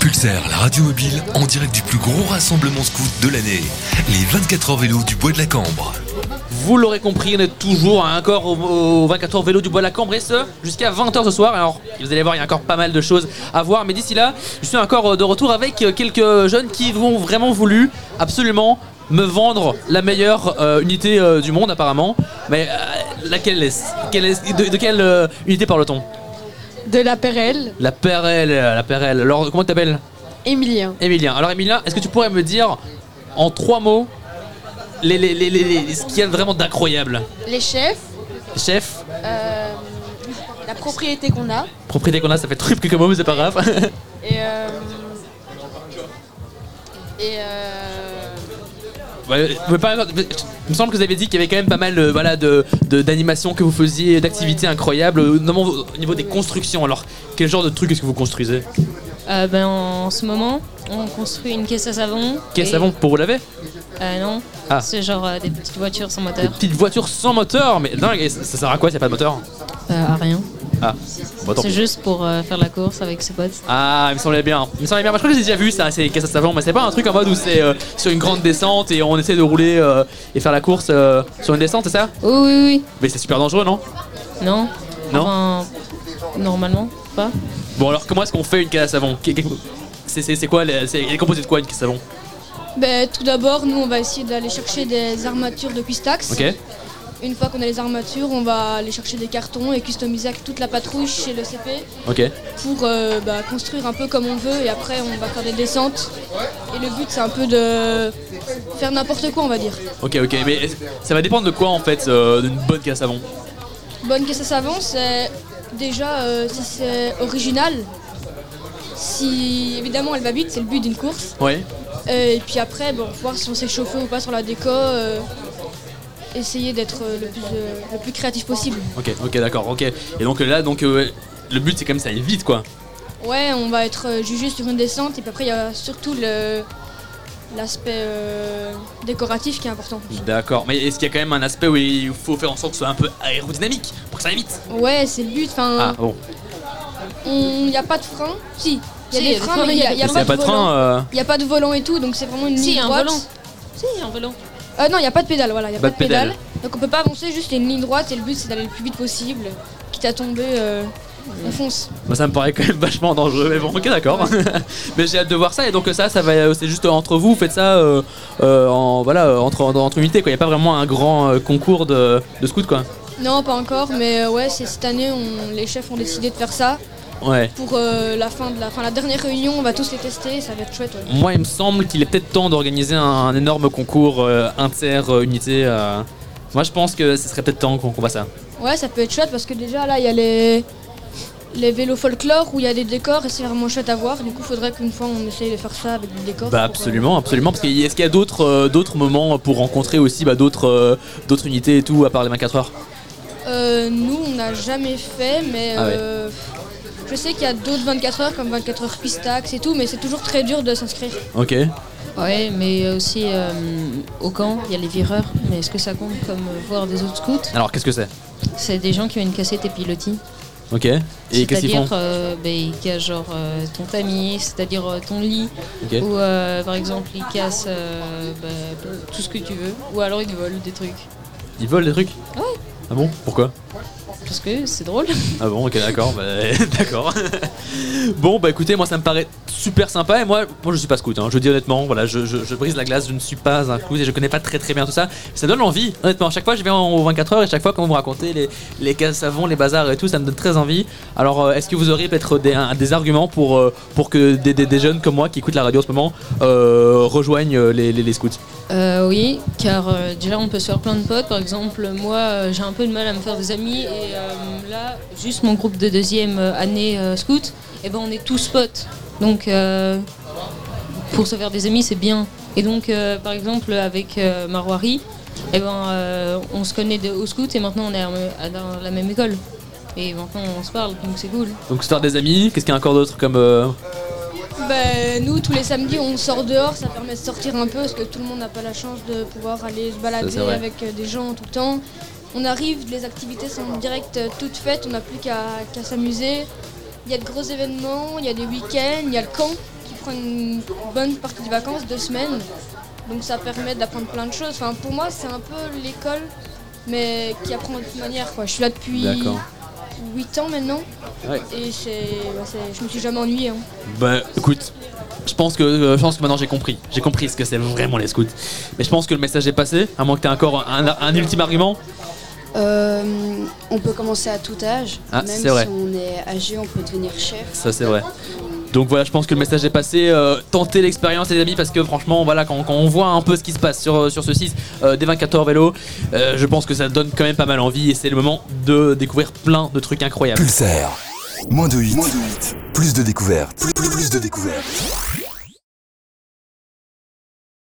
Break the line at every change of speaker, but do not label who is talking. Pulsar, la radio mobile, en direct du plus gros rassemblement scout de l'année. Les 24 heures vélo du Bois de la Cambre.
Vous l'aurez compris, on est toujours hein, encore au, au 24 heures vélo du Bois de la Cambre et ce jusqu'à 20h ce soir. Alors vous allez voir, il y a encore pas mal de choses à voir, mais d'ici là, je suis encore euh, de retour avec euh, quelques jeunes qui ont vraiment voulu absolument me vendre la meilleure euh, unité euh, du monde apparemment. Mais euh, laquelle est-ce Quelle est-ce de, de quelle euh, unité parle-t-on
de la PRL,
La PRL, euh, la PRL. Alors comment t'appelles
Emilien.
Emilien. Alors Emilien, est-ce que tu pourrais me dire en trois mots les, les- les- les- les- ce qu'il y a vraiment d'incroyable
Les chefs,
Chef,
euh, la propriété qu'on a,
propriété qu'on a, ça fait triple comme mot, mais c'est pas grave.
et. euh, et. euh,
Ouais, Euh, mais pas- il me semble que vous avez dit qu'il y avait quand même pas mal euh, voilà, de, de- d'animations que vous faisiez, d'activités incroyables, euh, notamment au au niveau des constructions. Alors, quel genre de truc est-ce que vous construisez
Euh, ben, en ce moment, on construit une caisse à savon.
Qu'est-ce
Et-
avant pour vous laver
euh, Non.
Ah.
C'est genre euh, des petites voitures sans
Des
moteur.
petites voitures sans moteur Mais dingue, et ça, ça sert à quoi s'il n'y a pas de moteur
Euh, à rien.
Ah, bon, tant
C'est
pis.
juste pour euh, faire la course avec ses potes.
Ah, il me semblait bien. Il me semblait bien. Moi, je crois que j'ai déjà vu ça, c'est caisse à savon, mais c'est pas un truc en mode où c'est euh, sur une grande descente et on essaie de rouler euh, et faire la course euh, sur une descente, c'est ça
Oh oui,
Mais c'est super dangereux, non
oui. Non.
Non.
Enfin, normalement, pas.
Bon, alors comment est-ce qu'on fait une caisse à savon Qu'est- qu'est- c'est, c'est- c'est quoi les- c'est, Elle est composée de quoi une caisse à savon
Ben, tout d'abord, nous, on va essayer d'aller chercher des armatures de Cuistax.
Ok
Une fois qu'on a les armatures, on va aller chercher des cartons et customiser avec toute la patrouille chez le CP
Ok.
pour euh, bah, construire un peu comme on veut. Et après, on va faire des descentes. Et le but, c'est un peu de faire n'importe quoi, on va dire.
Ok, ok, mais est-ce- ça va dépendre de quoi en fait, euh, d'une bonne caisse à savon
Bonne caisse à savon, c'est déjà euh, si c'est original. Si évidemment elle va vite, c'est le but d'une course.
Ouais.
Euh, et puis après, bon, voir si on s'est chauffé ou pas sur la déco. euh, essayer d'être euh, le plus, euh, le plus créatif possible.
Ok, ok, d'accord, ok. Et donc euh, là, donc euh, le but c'est quand même ça aille vite quoi.
Ouais, on va être euh, jugé sur une descente. Et puis après, il y a Euh, surtout le- l'aspect euh, décoratif qui est important.
D'accord, mais est-ce qu'il y a quand même un aspect où il faut faire en sorte que ce soit un peu aérodynamique pour que ça aille vite
Ouais, c'est le but.
Ah
Enfin,
bon,
il n'y a pas de frein. Si, il y a
Si,
des freins, mais il n'y a, y a
mais s'il y a pas de
volant.
train, euh,
Il n'y a pas de volant et tout, donc c'est vraiment une
Si,
ligne
un
droite.
volant. Si, un volant.
Euh, non, il n'y a pas de pédale, voilà, il n'y a
Pas
pas,
de
de pédale.
pédale.
Donc on peut pas avancer, juste il y a une ligne droite et le but c'est d'aller le plus vite possible. Quitte à tomber, euh, on fonce.
bah, ça me paraît quand même vachement dangereux, mais bon, ok, d'accord. mais j'ai hâte de voir ça, et donc euh, ça, ça va, c'est juste entre vous, vous faites ça euh, euh, en, voilà, euh, entre, entre unités quoi. Il n'y a pas vraiment un grand euh, concours de, de scout quoi.
Non, pas encore, mais euh, ouais, c'est cette année, on, les chefs ont décidé de faire ça.
Ouais.
Pour euh, la fin de la, fin, la dernière réunion, on va tous les tester, ça va être chouette. ouais.
Moi, il me semble qu'il est peut-être temps d'organiser un, un énorme concours euh, inter-unité. euh. Moi, je pense que ce serait peut-être temps qu'on qu'on fasse ça.
Ouais, ça peut être chouette parce que déjà là, il y a les, les vélos folklore où il y a des décors et c'est vraiment chouette à voir. Du coup, faudrait qu'une fois on essaye de faire ça avec des décors.
Bah,
pour, euh,
absolument, absolument. Parce qu'il y- est-ce qu'il y a d'autres euh, d'autres moments pour rencontrer aussi bah, d'autres euh, d'autres unités et tout, à part les 24 heures
Euh, nous, on n'a jamais fait, mais
Ah ouais.
euh, je sais qu'il y a d'autres 24 heures, comme 24 heures Pistax et tout, mais c'est toujours très dur de s'inscrire.
Ok.
Ouais, mais aussi euh, au camp, il y a les vireurs. Mais est-ce que ça compte comme euh, voir des autres scouts
Alors, qu'est-ce que c'est
C'est des gens qui ont une cassette et pilotis.
Ok. Et qu'est-ce qu'ils font
C'est-à-dire euh, ben, ils cassent genre euh, ton tamis, c'est-à-dire euh, ton lit,
Ok.
ou euh, par exemple ils cassent euh, ben, tout ce que tu veux, ou alors ils volent des trucs.
Ils volent des trucs
Ouais.
Ah bon Pourquoi
Parce que c'est drôle.
Ah bon, ok, d'accord, bah, d'accord. bon, bah écoutez, moi ça me paraît super sympa et moi, moi je suis pas scout, hein, je vous dis honnêtement, voilà, je, je- je brise la glace, je ne suis pas un scout et je connais pas très très bien tout ça. Ça donne envie, honnêtement, à chaque fois je vais en- aux 24 heures et chaque fois quand vous me racontez les, les cases savons, les bazars et tout, ça me donne très envie. Alors, euh, est-ce que vous auriez peut-être des, un- des arguments pour, euh, pour que des, des- des jeunes comme moi qui écoutent la radio en ce moment euh, rejoignent euh, les, les- les scouts
Euh, oui, car euh, déjà on peut se faire plein de potes. Par exemple, moi euh, j'ai un peu de mal à me faire des amis et euh, là, juste mon groupe de deuxième euh, année euh, scout, et ben on est tous potes. Donc euh, pour se faire des amis c'est bien. Et donc euh, par exemple avec euh, Marouari, eh ben euh, on se connaît de, au scout et maintenant on est à- à- dans la même école. Et maintenant on se parle, donc c'est cool.
Donc, se faire des amis, qu'est-ce qu'il y a encore d'autre comme. euh,
Ben, nous, tous les samedis, on sort dehors, ça permet de sortir un peu, parce que tout le monde n'a pas la chance de pouvoir aller se
c'est
balader
vrai.
avec euh, des gens tout le temps. On arrive, les activités sont direct euh, toutes faites, on n'a plus qu'à qu'à s'amuser. Il y a de gros événements, il y a des week-ends, il y a le camp qui prendre une bonne partie de vacances, deux semaines. Donc ça permet d'apprendre plein de choses. Enfin, pour moi, c'est un peu l'école, mais qui apprend de toute manière. Quoi. Je suis là depuis
D'accord.
8 ans maintenant.
Ouais.
Et c'est, bah, c'est- je me suis jamais ennuyée. hein.
Bah écoute, je pense que euh, je pense que maintenant j'ai compris. J'ai compris ce que c'est vraiment les scouts. Mais je pense que le message est passé, à moins que tu aies encore un, un ultime argument.
Euh, on peut commencer à tout âge.
Ah,
Même
c'est
si
vrai.
on est âgé, on peut devenir chef.
Ça c'est vrai. Donc voilà, je pense que le message est passé. Euh, tentez l'expérience, les amis, parce que franchement, voilà, quand, quand on voit un peu ce qui se passe sur, euh, sur ce site euh, des 24 heures vélo, euh, je pense que ça donne quand même pas mal envie et c'est le moment de découvrir plein de trucs incroyables.
Pulsaire. Moins de 8. Plus de découvertes. Plus, plus de découvertes.